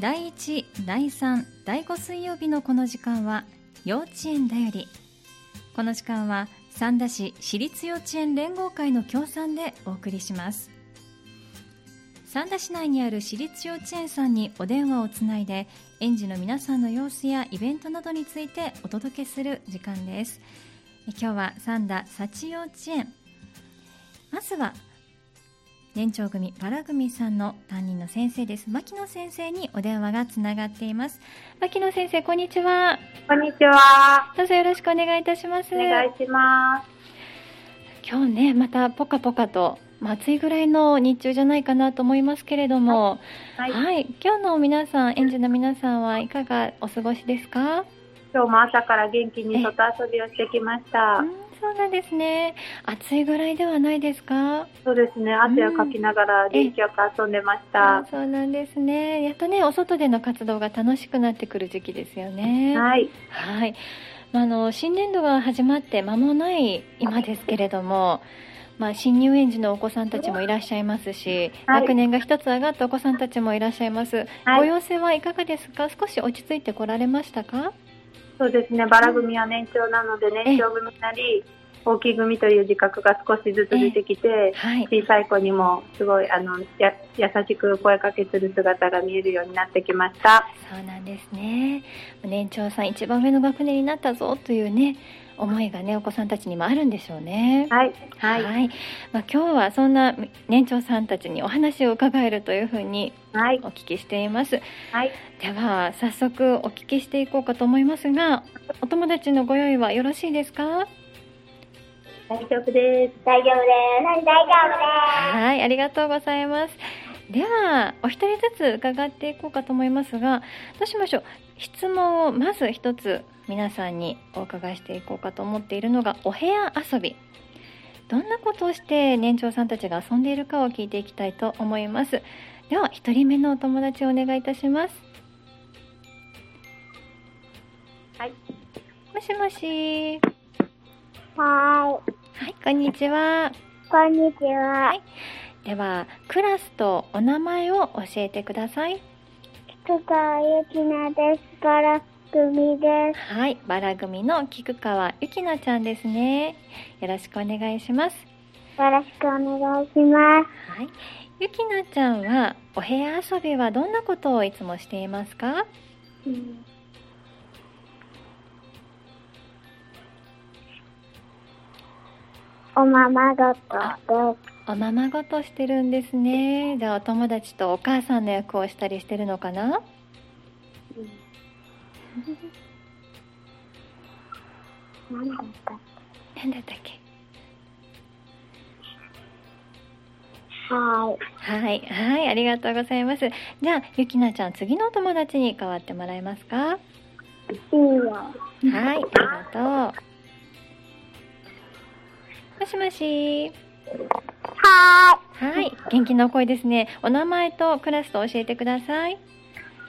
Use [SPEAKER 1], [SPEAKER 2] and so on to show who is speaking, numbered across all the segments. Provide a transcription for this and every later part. [SPEAKER 1] 第1第3第5水曜日のこの時間は幼稚園だよりこの時間は三田市私立幼稚園連合会の協賛でお送りします三田市内にある私立幼稚園さんにお電話をつないで園児の皆さんの様子やイベントなどについてお届けする時間ですえ今日は三田幸幼稚園まずは年長組パラ組さんの担任の先生です牧野先生にお電話がつながっています牧野先生こんにちは
[SPEAKER 2] こんにちは。
[SPEAKER 1] どうぞよろしくお願いいたします
[SPEAKER 2] お願いします。
[SPEAKER 1] 今日ねまたポカポカと、まあ、暑いぐらいの日中じゃないかなと思いますけれども
[SPEAKER 2] は
[SPEAKER 1] はいい、。今日の皆さん園児の皆さんはいかがお過ごしですか
[SPEAKER 2] 今日も朝から元気に外遊びをしてきまし
[SPEAKER 1] う
[SPEAKER 2] た
[SPEAKER 1] ん。そうなんですね暑いぐらいではないですか
[SPEAKER 2] そうですね。汗をかきながら元気よく遊んでました
[SPEAKER 1] あ。そうなんですねやっとねお外での活動が楽しくなってくる時期ですよね
[SPEAKER 2] はい。
[SPEAKER 1] はい、まあ、あの新年度が始まって間もない今ですけれども、まあ、新入園児のお子さんたちもいらっしゃいますし、
[SPEAKER 2] はい
[SPEAKER 1] 学年が一つ上がったお子さんたちもいらっしゃいます、
[SPEAKER 2] は
[SPEAKER 1] ご
[SPEAKER 2] い。
[SPEAKER 1] 様子はいかがですか少し落ち着いてこられましたか
[SPEAKER 2] そうですね。バラ組は年長なので、年長組なり、大きい組という自覚が少しずつ出てきて、
[SPEAKER 1] はい
[SPEAKER 2] 小さい子にもすごい、あの、や、優しく声かけする姿が見えるようになってきました。
[SPEAKER 1] そうなんですね年長さん一番上の学年になったぞというね思いがねお子さんたちにもあるんでしょうね
[SPEAKER 2] はい。
[SPEAKER 1] は、
[SPEAKER 2] はいい。
[SPEAKER 1] まあ、今日はそんな年長さんたちにお話を伺えるというふうに
[SPEAKER 2] はい
[SPEAKER 1] お。聞きしています
[SPEAKER 2] はい。
[SPEAKER 1] では早速お聞きしていこうかと思いますがお友達のご用意はよろしいですか
[SPEAKER 2] 大丈夫です。
[SPEAKER 3] 大丈夫です。大丈夫です。
[SPEAKER 1] はいありがとうございますではお一人ずつ伺っていこうかと思いますがどうしましょう質問をまず一つ皆さんにお伺いしていこうかと思っているのがお部屋遊びどんなことをして年長さんたちが遊んでいるかを聞いていきたいと思いますでは一人目のお友達をお願いいたします
[SPEAKER 2] はい
[SPEAKER 1] もしもし
[SPEAKER 3] はーい。
[SPEAKER 1] はいこんにちは
[SPEAKER 3] こんにちは。
[SPEAKER 1] ではクラスとお名前を教えてください
[SPEAKER 3] 菊川ゆきなです。バラ組です。
[SPEAKER 1] はいバラ組の菊川ゆきなちゃんですねよろしくお願いします
[SPEAKER 3] よろしくお願いします。
[SPEAKER 1] はいゆきなちゃんはお部屋遊びはどんなことをいつもしていますか
[SPEAKER 3] おままごとです。
[SPEAKER 1] おままごとしてるんですねじゃあお友達とお母さんの役をしたりしてるのかな
[SPEAKER 3] 何だったっ
[SPEAKER 1] 何だったっけ
[SPEAKER 3] けは
[SPEAKER 1] はいはいありがとうございますじゃあゆきなちゃん次のお友達に代わってもらえますか
[SPEAKER 3] い。いいよ。
[SPEAKER 1] はい、ありがとう。もしもし。
[SPEAKER 3] は
[SPEAKER 1] はい、元気なお声ですね。お名前とクラスと教えてください。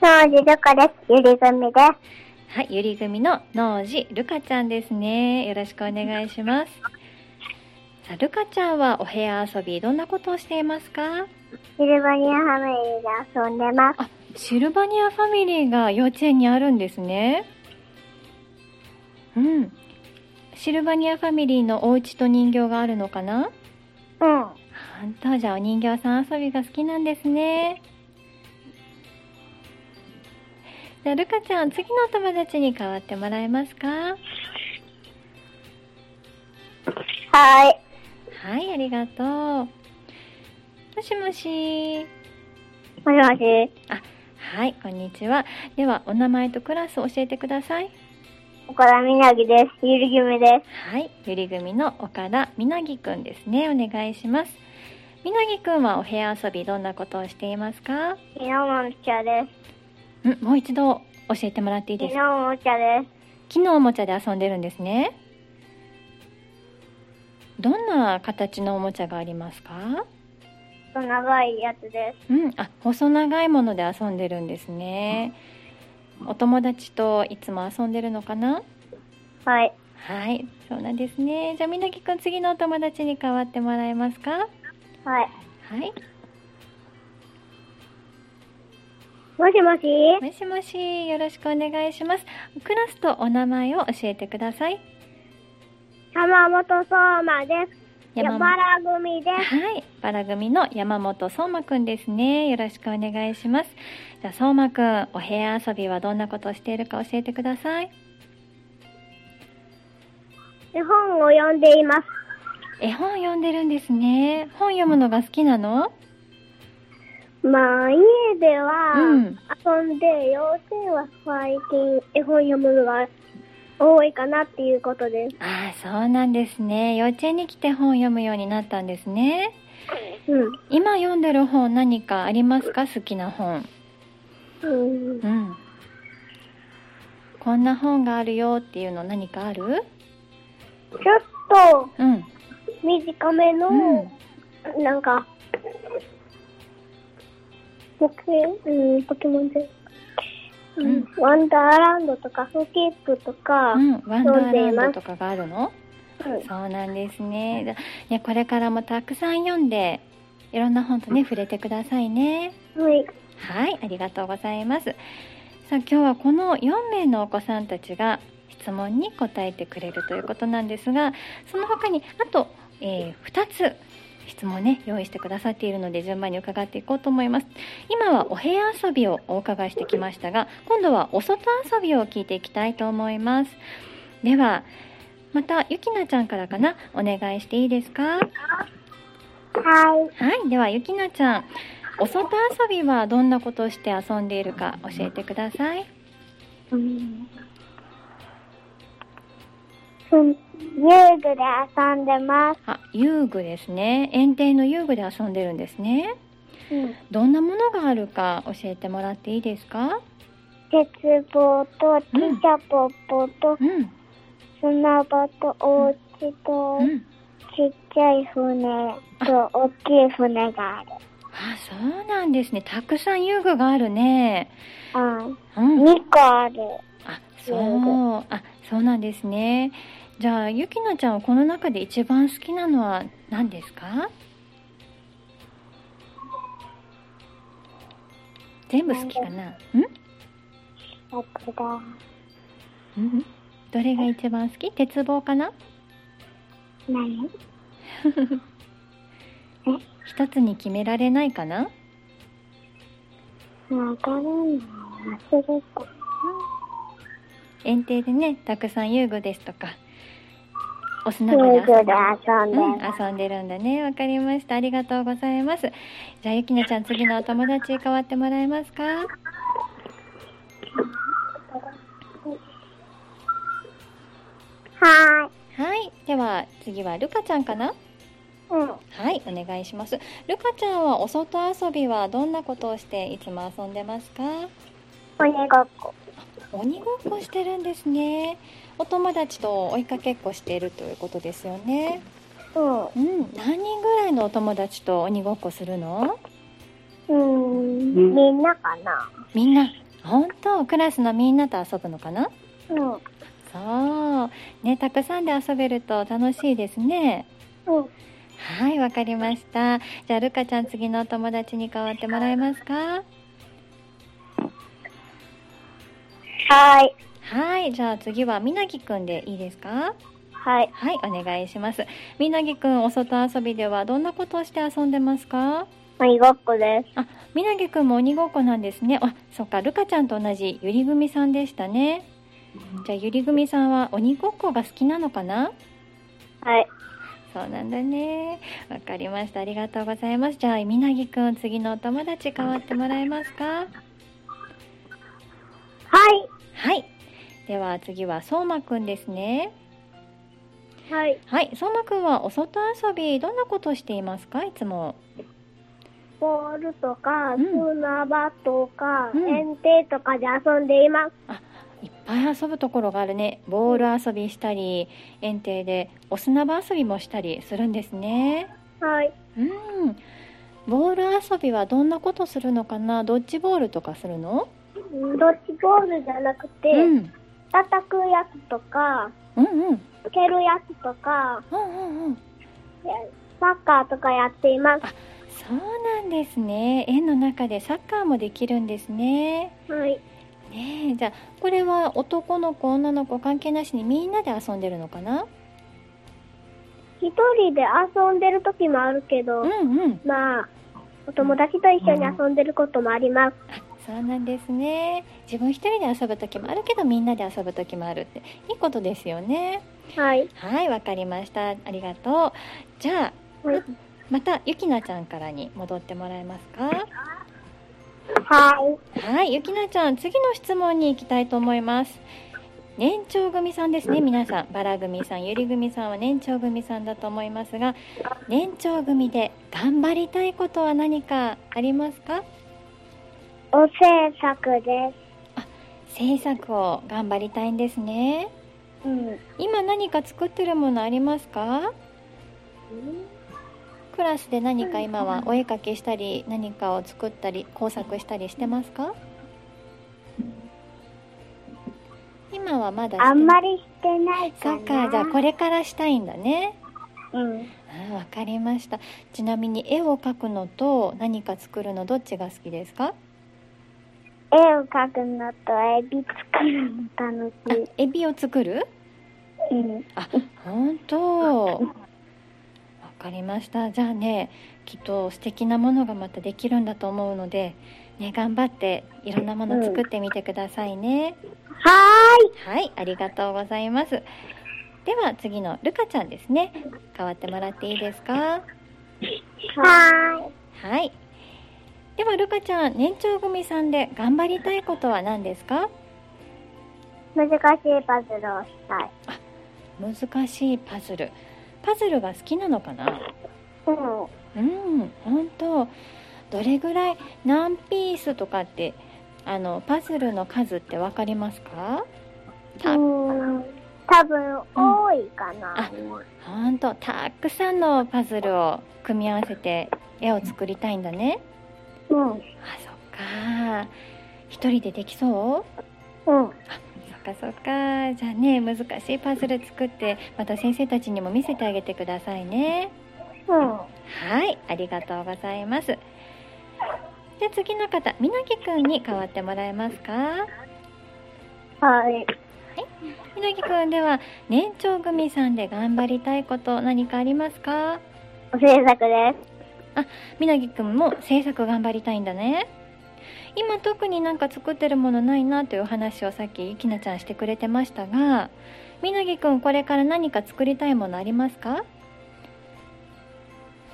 [SPEAKER 3] ーい。庄司どこです。ゆり組です。
[SPEAKER 1] はい、ゆり組の能寺るかちゃんですね。よろしくお願いします。さあ、るかちゃんはお部屋遊び、どんなことをしていますか
[SPEAKER 3] シルバニアファミリーで遊んでます。
[SPEAKER 1] シルバニアファミリーが幼稚園にあるんですね。うん。シルバニアファミリーのお家と人形があるのかな
[SPEAKER 3] うん。
[SPEAKER 1] 本当じゃあお人形さん遊びが好きなんですねじゃあルカちゃん次のお友達に代わってもらえますか
[SPEAKER 3] はい。
[SPEAKER 1] はいありがとうもしもし
[SPEAKER 3] もしもし。
[SPEAKER 1] はいこんにちはではお名前とクラス教えてください
[SPEAKER 3] 岡田みなぎです。ゆり組です。
[SPEAKER 1] はいゆり組の岡田みなぎくんですねお願いしますみなぎくんはお部屋遊びどんなことをしていますか
[SPEAKER 3] 昨日もお茶で
[SPEAKER 1] んもう一度教えてもらっていい
[SPEAKER 3] す。
[SPEAKER 1] です
[SPEAKER 3] 昨日
[SPEAKER 1] か
[SPEAKER 3] もお茶です。
[SPEAKER 1] 木のおもちゃで遊んでるんですねどんな形のおもちゃがありますか
[SPEAKER 3] 長いやつで
[SPEAKER 1] うん、あ、細長いもので遊んでるんですねお友達といつも遊んでるのかな
[SPEAKER 3] す。はい。
[SPEAKER 1] はい、そうなんですねじゃあみなぎくん次のお友達に代わってもらえますかは
[SPEAKER 3] はい。
[SPEAKER 1] い
[SPEAKER 3] もしもし、
[SPEAKER 1] もしもし、よろしくお願いします。クラスとお名前を教えてください。
[SPEAKER 3] 山本相馬です。
[SPEAKER 1] 山
[SPEAKER 3] 山
[SPEAKER 1] 本
[SPEAKER 3] 原組です。
[SPEAKER 1] はい、バラ組の山本相馬くんですね。よろしくお願いします。じゃあ相馬くん、お部屋遊びはどんなことをしているか教えてください。
[SPEAKER 3] 絵本を読んでいます。
[SPEAKER 1] 絵本読んでるんですね。本読むのが好きなの？
[SPEAKER 3] まあ、家では
[SPEAKER 1] うん
[SPEAKER 3] 遊んで、幼稚園は最近絵本読むのが多いかなっていうことです。
[SPEAKER 1] ああ、そうなんですね。幼稚園に来て本読むようになったんですね。
[SPEAKER 3] うん。
[SPEAKER 1] 今読んでる本何かありますか？好きな本。
[SPEAKER 3] うん
[SPEAKER 1] うん。こんな本があるよっていうの何かある？
[SPEAKER 3] ちょっ
[SPEAKER 1] うん。
[SPEAKER 3] と短めの、
[SPEAKER 1] うん。
[SPEAKER 3] なんか、ポケ、うん、ポケモンで、う
[SPEAKER 1] うん
[SPEAKER 3] ん、ワンダーランドとか、ソケープとか、
[SPEAKER 1] う
[SPEAKER 3] うん
[SPEAKER 1] ん。ワンダーランドとかがあるの？
[SPEAKER 3] そ
[SPEAKER 1] そうなんですね。だいやこれからもたくさん読んで、いろんな本とね触れてくださいね。
[SPEAKER 3] うはい、
[SPEAKER 1] はい、ありがとうございます。さあ今日はこの4名のお子さんたちが質問に答えてくれるということなんですが、その他にあと、えー2つ質問ね用意してくださっているので順番に伺っていこうと思います。今はお部屋遊びをお伺いしてきましたが、今度はお外遊びを聞いていきたいと思います。ではまたゆきなちゃんからかなお願いしていいですか。
[SPEAKER 3] はい、
[SPEAKER 1] はい、ではゆきなちゃん、お外遊びはどんなことをして遊んでいるか教えてください。
[SPEAKER 3] うん、遊具で遊んでます。
[SPEAKER 1] あ、遊具ですね。園庭の遊具で遊んでるんですね。
[SPEAKER 3] うん、
[SPEAKER 1] どんなものがあるか教えてもらっていいですか？
[SPEAKER 3] 鉄棒と、ち
[SPEAKER 1] うん
[SPEAKER 3] っちゃぽっぽと、
[SPEAKER 1] うん、
[SPEAKER 3] 砂場と、お家と
[SPEAKER 1] う、ん。
[SPEAKER 3] ちっちゃい船と、大きい船がある。
[SPEAKER 1] あ、そうなんですね。たくさん遊具があるね。
[SPEAKER 3] うん、
[SPEAKER 1] うん。
[SPEAKER 3] 2個ある。
[SPEAKER 1] あ、そう。あ、そうなんですね。じゃあゆきなちゃんはこの中で一番好きなのは何ですか？全部好きかな。うん？
[SPEAKER 3] あとだ。
[SPEAKER 1] うんどれが一番好き鉄棒かな
[SPEAKER 3] 何
[SPEAKER 1] 一つに決められないかな
[SPEAKER 3] わからない。忘れた。
[SPEAKER 1] 園庭でねたくさん遊具ですとかお砂場で
[SPEAKER 3] 遊
[SPEAKER 1] 遊
[SPEAKER 3] 具
[SPEAKER 1] ぶ
[SPEAKER 3] で遊んで
[SPEAKER 1] うん、
[SPEAKER 3] る。
[SPEAKER 1] 遊んでるんだねわかりましたありがとうございますじゃあゆきなちゃん次のお友達変わってもらえますか
[SPEAKER 3] は
[SPEAKER 1] はいでは次はルカちゃんかな
[SPEAKER 3] ーい。うん。
[SPEAKER 1] はいお願いしますルカちゃんはお外遊びはどんなことをしていつも遊んでますか
[SPEAKER 3] 鬼ごっこ。
[SPEAKER 1] 鬼ごっこしてるんですねお友達と追いかけっこしているということですよねうん、何人ぐらいのお友達と鬼ごっこするの
[SPEAKER 3] うん。うん。みんなかな。
[SPEAKER 1] みんな本当クラスのみんなと遊ぶのかな
[SPEAKER 3] うん。うん。
[SPEAKER 1] そうねたくさんで遊べると楽しいですねはいわかりましたじゃあルカちゃん次のお友達に代わってもらえますか
[SPEAKER 3] はい。
[SPEAKER 1] はいじゃあ次はみなぎくんでいいですか
[SPEAKER 3] はい。
[SPEAKER 1] はいお願いしますみなぎくんお外遊びではどんなことをして遊んでますか
[SPEAKER 3] 鬼ごっこです。
[SPEAKER 1] あ、みなぎくんも鬼ごっこなんですね。あ、そっか、ルカちゃんと同じゆり組さんでしたね。じゃあゆり組さんは鬼ごっこが好きなのかな？
[SPEAKER 3] はい。
[SPEAKER 1] そうなんだね。わかりました。ありがとうございます。じゃあみなぎくん次のお友達変わってもらえますか？
[SPEAKER 3] はい。
[SPEAKER 1] はい。では次はそうまくんですね。
[SPEAKER 3] はい。
[SPEAKER 1] はい、そうまくんはお外遊びどんなことしていますか？いつも。
[SPEAKER 3] ボールとか、
[SPEAKER 1] うん
[SPEAKER 3] 砂場とか、
[SPEAKER 1] うん
[SPEAKER 3] 園庭とかで遊んでいます。
[SPEAKER 1] いっぱい遊ぶところがあるね。ボール遊びしたり、園庭でお砂場遊びもしたりするんですね。
[SPEAKER 3] はい。
[SPEAKER 1] うん。ボール遊びはどんなことするのかな。ドッジボールとかするの？
[SPEAKER 3] ドッジボールじゃなくて、
[SPEAKER 1] うん。
[SPEAKER 3] 叩くやつとか、
[SPEAKER 1] うんうん。
[SPEAKER 3] 蹴るやつとか、
[SPEAKER 1] うんうんうん。
[SPEAKER 3] サッカーとかやっています。
[SPEAKER 1] あ、そうなんですね園の中でサッカーもできるんですね
[SPEAKER 3] はい。
[SPEAKER 1] ねえじゃあこれは男の子女の子関係なしにみんなで遊んでるのかな
[SPEAKER 3] 一人で遊んでる時もあるけど、
[SPEAKER 1] うんうん
[SPEAKER 3] まあ、お友達と一緒に遊んでることもあります。
[SPEAKER 1] そうなんですね自分一人で遊ぶ時もあるけどみんなで遊ぶ時もあるっていいことですよね
[SPEAKER 3] はい。
[SPEAKER 1] はいわかりましたありがとうじゃあ
[SPEAKER 3] はい
[SPEAKER 1] またゆきなちゃんからに戻ってもらえますか
[SPEAKER 3] は
[SPEAKER 1] はい、ゆきなちゃん、次の質問に行きたいと思います。年長組さんですね、皆さん、バラ組さん、ゆり組さんは年長組さんだと思いますが、年長組で頑張りたいことは何かありますか
[SPEAKER 3] お制作で
[SPEAKER 1] 制作を頑張りたいんですね。
[SPEAKER 3] す。うん。
[SPEAKER 1] 今何か作ってるものありますかクラスで何か今はお絵かきしたり、何かを作ったり、工作したりしてますか今はまだしてない
[SPEAKER 3] あんまりしてないか
[SPEAKER 1] そ
[SPEAKER 3] な。
[SPEAKER 1] っか、じゃあこれからしたいんだね。
[SPEAKER 3] うん。
[SPEAKER 1] あわかりました。ちなみに絵を描くのと何か作るのどっちが好きですか？
[SPEAKER 3] 絵を描くのとエビ作るの楽
[SPEAKER 1] あ
[SPEAKER 3] しい。
[SPEAKER 1] エビを作る？
[SPEAKER 3] うん。
[SPEAKER 1] あ、本当。わかりました。じゃあね、きっと素敵なものがまたできるんだと思うので、ね頑張っていろんなもの作ってみてくださいね。
[SPEAKER 3] は
[SPEAKER 1] はい、ありがとうございます。では次のルカちゃんですね。変わってもらっていいですか？
[SPEAKER 3] ーい。は
[SPEAKER 1] はい。では、ルカちゃん、年長組さんで頑張りたいことは何ですか
[SPEAKER 3] ーい。難しいパズルをしたい。
[SPEAKER 1] 難しいパズル。パズルが好きなのかな
[SPEAKER 3] うん。
[SPEAKER 1] うん、本当。どれぐらい、何ピースとかって、あの、パズルの数ってわかりますかた
[SPEAKER 3] うん。多分多いかな。
[SPEAKER 1] 本当、たくさんのパズルを組み合わせて絵を作りたいんだね。
[SPEAKER 3] うん。
[SPEAKER 1] あ、そっか。一人でできそう
[SPEAKER 3] うん。
[SPEAKER 1] そっかそっかじゃあね難しいパズル作ってまた先生たちにも見せてあげてくださいね
[SPEAKER 3] うん。
[SPEAKER 1] はいありがとうございますじゃあ次の方みなきくんに代わってもらえますか
[SPEAKER 3] はい。
[SPEAKER 1] みなきくんでは年長組さんで頑張りたいこと何かありますか
[SPEAKER 3] お制作です。
[SPEAKER 1] みなぎくんも制作頑張りたいんだね今特になんか作ってるものないなというお話をさっきゆきなちゃんしてくれてましたがみなぎくんこれから何か作りたいものありますか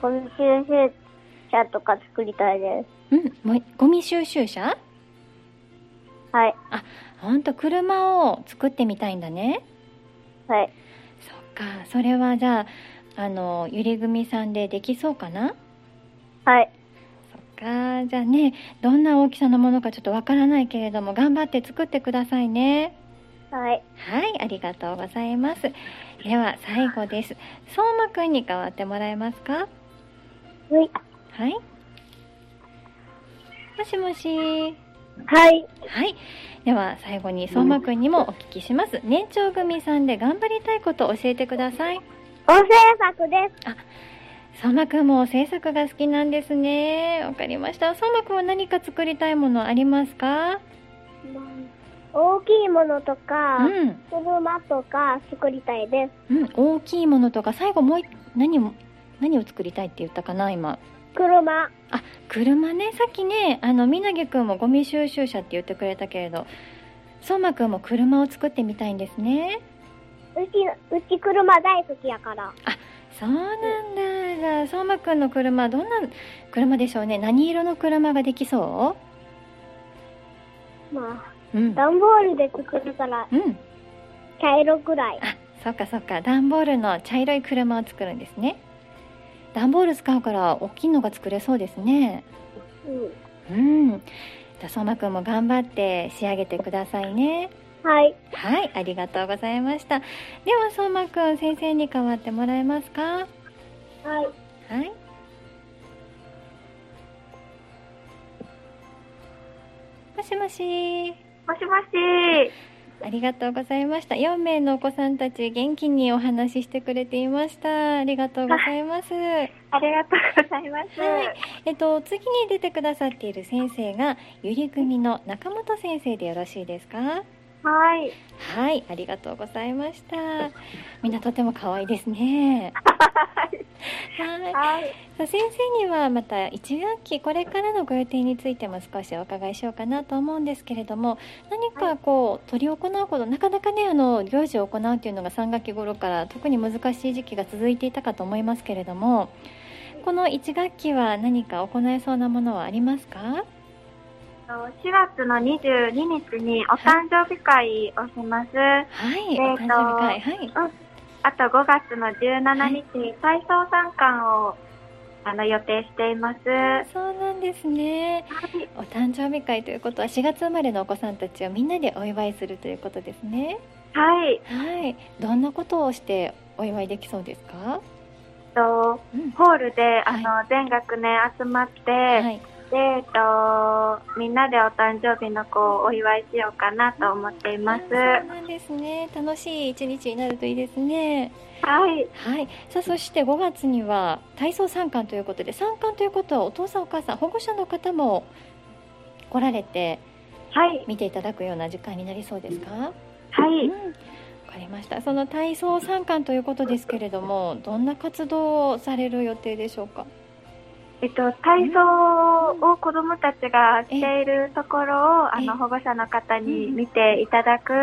[SPEAKER 3] ゴミ収集車とか作りたいで
[SPEAKER 1] うんもうゴミ収集車
[SPEAKER 3] す。はい。
[SPEAKER 1] ほんと車を作ってみたいんだね
[SPEAKER 3] はい。
[SPEAKER 1] そっかそれはじゃああのゆり組さんでできそうかな
[SPEAKER 3] はい。
[SPEAKER 1] そっかじゃあねどんな大きさのものかちょっとわからないけれども頑張って作ってくださいね
[SPEAKER 3] はい。
[SPEAKER 1] はい、ありがとうございます。では最後です。相馬くんに代わってもらえますか。
[SPEAKER 3] はい。
[SPEAKER 1] はい。もしもし。
[SPEAKER 3] はい。
[SPEAKER 1] はい。では最後に相馬くんにもお聞きします。年長組さんで頑張りたいことを教えてください。
[SPEAKER 3] お制作です。
[SPEAKER 1] 相馬くんも制作が好きなんですね。わかりました。相馬くんは何か作りたいものありますか。
[SPEAKER 3] 大きいものとか、
[SPEAKER 1] うん。
[SPEAKER 3] 車とか作りたいです。
[SPEAKER 1] うん。大きいものとか最後もう一何を何を作りたいって言ったかな今。
[SPEAKER 3] 車。
[SPEAKER 1] あ車ねさっきねあのみなぎくんもゴミ収集車って言ってくれたけれど相馬くんも車を作ってみたいんですね
[SPEAKER 3] うち、うち車大好きやから。
[SPEAKER 1] そうなんだじゃあ相馬くんの車どんな車でしょうね何色の車ができそ
[SPEAKER 3] まあ、
[SPEAKER 1] ううん、
[SPEAKER 3] 段ボールで作るから
[SPEAKER 1] うん、
[SPEAKER 3] 茶色ぐらい。
[SPEAKER 1] あそっかそっか段ボールの茶色い車を作るんですね段ボール使うから大きいのが作れそうですね
[SPEAKER 3] うん。
[SPEAKER 1] うんじゃあ相馬くんも頑張って仕上げてくださいね
[SPEAKER 3] はい。
[SPEAKER 1] はい、ありがとうございました。では相馬くん先生に代わってもらえますか。は
[SPEAKER 3] はい。
[SPEAKER 1] い。もしもし。
[SPEAKER 2] もしもし。
[SPEAKER 1] ありがとうございました。4名のお子さんたち元気にお話ししてくれていました。ありがとうございます。
[SPEAKER 2] ありがとうございます。
[SPEAKER 1] はいえっと、次に出てくださっている先生がゆり組の中本先生でよろしいですか
[SPEAKER 2] はい。
[SPEAKER 1] はいありがとうございましたみんなとても可愛いです ねはい
[SPEAKER 2] はい。
[SPEAKER 1] さあ先生にはまた1学期これからのご予定についても少しお伺いしようかなと思うんですけれども何かこう執り行うことなかなかねあの行事を行うというのが3学期頃から特に難しい時期が続いていたかと思いますけれどもこの1学期は何か行えそうなものはありますか
[SPEAKER 2] 4月の22日にお誕生日会をします。
[SPEAKER 1] はい、
[SPEAKER 2] えーと
[SPEAKER 1] お誕生日会はい
[SPEAKER 2] あと5月の17日に体操参観をあの予定しています。は
[SPEAKER 1] そうなんですね
[SPEAKER 2] い。
[SPEAKER 1] お誕生日会ということは4月生まれのお子さんたちをみんなでお祝いするということですね
[SPEAKER 2] はい。
[SPEAKER 1] はい、どんなことをしてお祝いできそうですか？
[SPEAKER 2] と
[SPEAKER 1] うん、
[SPEAKER 2] ホールであの、全学年集まって、
[SPEAKER 1] はい、
[SPEAKER 2] でえっとみんなでお誕生日の子をお祝いしようかなと思っています。
[SPEAKER 1] そうなんですね。楽しい一日になるといいですね。
[SPEAKER 2] はい。
[SPEAKER 1] はい、さあそして5月には体操参観ということで、参観ということはお父さんお母さん保護者の方も来られて
[SPEAKER 2] はい。
[SPEAKER 1] 見ていただくような時間になりそうですか？
[SPEAKER 2] は
[SPEAKER 1] うん、
[SPEAKER 2] い。
[SPEAKER 1] わかりました。その体操参観ということですけれども、どんな活動をされる予定でしょうか？
[SPEAKER 2] えっと、体操を子どもたちがしているところを、あ
[SPEAKER 1] え
[SPEAKER 2] の、保護者の方に見ていただくっ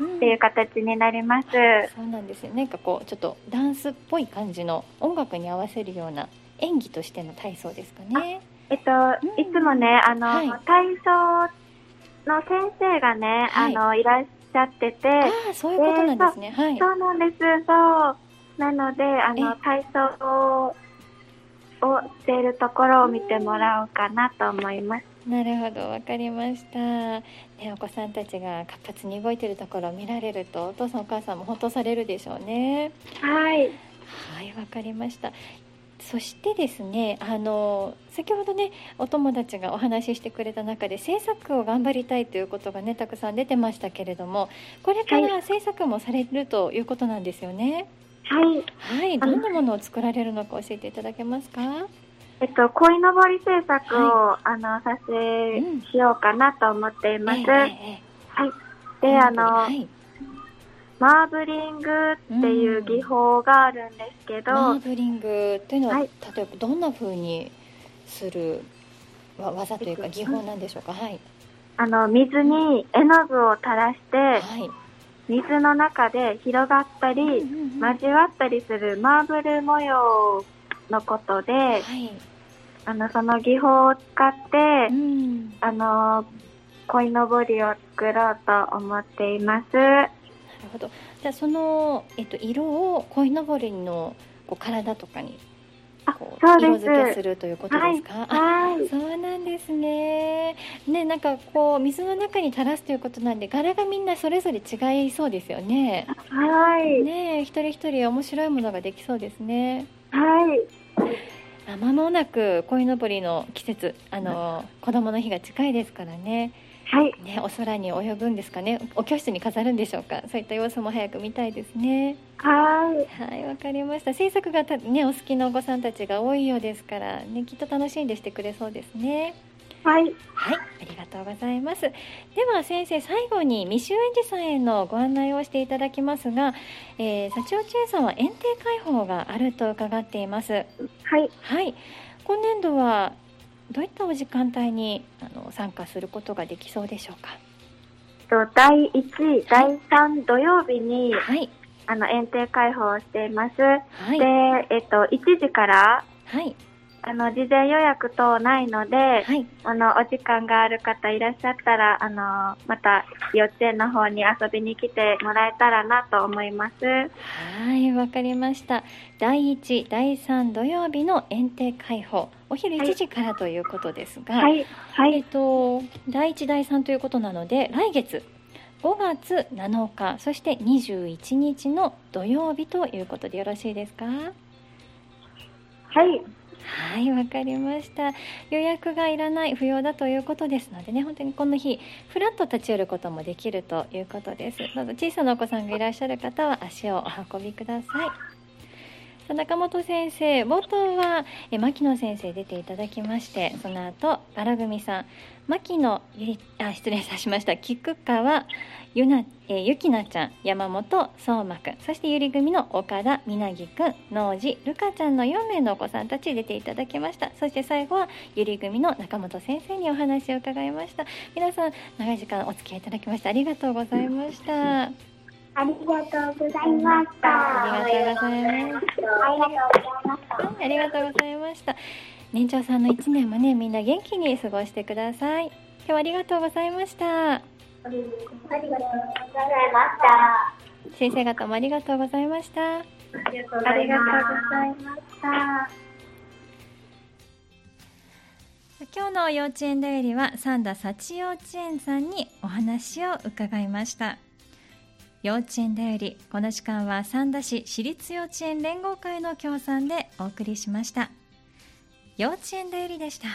[SPEAKER 1] うん
[SPEAKER 2] ていう形になります。
[SPEAKER 1] そうなんですよなんかこうちょっとダンスっぽい感じの音楽に合わせるような演技としての体操ですかね
[SPEAKER 2] えっと
[SPEAKER 1] う、ん
[SPEAKER 2] いつもね、あの、
[SPEAKER 1] はい
[SPEAKER 2] 体操の先生がね、
[SPEAKER 1] はい
[SPEAKER 2] あの、いらっしゃってて、
[SPEAKER 1] ああそういうことなんですね、はい
[SPEAKER 2] そうなんです、そう。なので、あの、体操をしているところを見てもらおうかなと思います。
[SPEAKER 1] なるほどわかりました、ね、お子さんたちが活発に動いてるところを見られるとお父さんお母さんもほっとされるでしょうね
[SPEAKER 2] はい。
[SPEAKER 1] はいわかりましたそしてですねあの先ほどねお友達がお話ししてくれた中で制作を頑張りたいということがねたくさん出てましたけれどもこれから制作もされるということなんですよね
[SPEAKER 2] はい。
[SPEAKER 1] はいどんなものを作られるのか教えていただけますか
[SPEAKER 2] えっと、鯉のぼり制作を、あの、さ
[SPEAKER 1] うん
[SPEAKER 2] せ、しようかなと思っています。
[SPEAKER 1] ええええ
[SPEAKER 2] で、あの、
[SPEAKER 1] はい
[SPEAKER 2] マーブリングっていう技法があるんですけど、
[SPEAKER 1] マーブリングというのは、
[SPEAKER 2] はい
[SPEAKER 1] 例えばどんな風にするわ技というか技法なんでしょうかはい
[SPEAKER 2] あの、水に絵の具を垂らして、
[SPEAKER 1] はい
[SPEAKER 2] 水の中で広がったり、交わったりするマーブル模様のことで、
[SPEAKER 1] はい
[SPEAKER 2] あの、その技法を使って
[SPEAKER 1] う、ん
[SPEAKER 2] あの、鯉のぼりを作ろうと思っています。
[SPEAKER 1] なるほど。じゃあそのえっと色を鯉のぼりのこう体とかに
[SPEAKER 2] あ
[SPEAKER 1] こう
[SPEAKER 2] そう
[SPEAKER 1] 色
[SPEAKER 2] です
[SPEAKER 1] 付けするということですか。あ
[SPEAKER 2] はい。
[SPEAKER 1] そうなんですね。ねなんかこう水の中に垂らすということなんで柄がみんなそれぞれ違いそうですよね。
[SPEAKER 2] はい。
[SPEAKER 1] ね一人一人面白いものができそうですね。
[SPEAKER 2] はい。
[SPEAKER 1] あ間もなく鯉のぼりの季節あの子供の日が近いですからね。
[SPEAKER 2] はい。
[SPEAKER 1] ねお空に及ぶんですかね。お教室に飾るんでしょうか。そういった様子も早く見たいですね。
[SPEAKER 2] はい。
[SPEAKER 1] はい、わかりました。制作がたねお好きなお子さんたちが多いようですから、ねきっと楽しんでしてくれそうですね。
[SPEAKER 2] はい。
[SPEAKER 1] はい、ありがとうございます。では先生最後に未就園児さんへのご案内をしていただきますが、えー、幸千恵さんは園庭開放があると伺っています。
[SPEAKER 2] はい。
[SPEAKER 1] はい、今年度はどういったお時間帯にあの参加することができそうでしょうか。
[SPEAKER 2] と第1、第3土曜日に、
[SPEAKER 1] はい、
[SPEAKER 2] あの、園庭開放をしています。
[SPEAKER 1] はい、
[SPEAKER 2] で
[SPEAKER 1] はい、、
[SPEAKER 2] えっと、1時から、
[SPEAKER 1] はい、
[SPEAKER 2] あの、事前予約等ないので、
[SPEAKER 1] はい、
[SPEAKER 2] あの、お時間がある方いらっしゃったら、あの、また幼稚園の方に遊びに来てもらえたらなと思います。
[SPEAKER 1] はい、わかりました。第一、第三土曜日の園庭開放、お昼
[SPEAKER 2] はい
[SPEAKER 1] 1時からということですが、
[SPEAKER 2] はい、は
[SPEAKER 1] えっ
[SPEAKER 2] い、
[SPEAKER 1] と第一、第三ということなので、来月5月7日、そして21日の土曜日ということでよろしいですか？
[SPEAKER 2] はい、
[SPEAKER 1] はい、わかりました。予約がいらない、不要だということですのでね、本当にこの日、ふらっと立ち寄ることもできるということです。どうぞ小さなお子さんがいらっしゃる方は足をお運びください。さあ中本先生冒頭はえ牧野先生出ていただきましてその後荒組さん牧野ゆりあ失礼いたしました菊川ゆなえーゆきなちゃん山本相馬くんそしてゆり組の岡田みなぎくん能寺るかちゃんの4名のお子さんたち出ていただきましたそして最後はゆり組の中本先生にお話を伺いました皆さん長い時間お付き合いいただきましてありがとうございました。
[SPEAKER 3] ありがとうございまし
[SPEAKER 1] あ
[SPEAKER 3] た。
[SPEAKER 1] りがとうございます。
[SPEAKER 3] ありがとうございました。
[SPEAKER 1] はいありがとうございました。年長さんの一年もね、みんな元気に過ごしてください。今日はありがとうございました。
[SPEAKER 3] ありがとうございました。
[SPEAKER 1] 先生方もありがとうございました。
[SPEAKER 3] ありがとうご
[SPEAKER 2] ありがとう
[SPEAKER 3] いました。
[SPEAKER 4] 今日の幼稚園だよりは三田幸幼稚園さんにお話を伺いました幼稚園だよりこの時間は三田市私立幼稚園連合会の協賛でお送りしました幼稚園だよりでした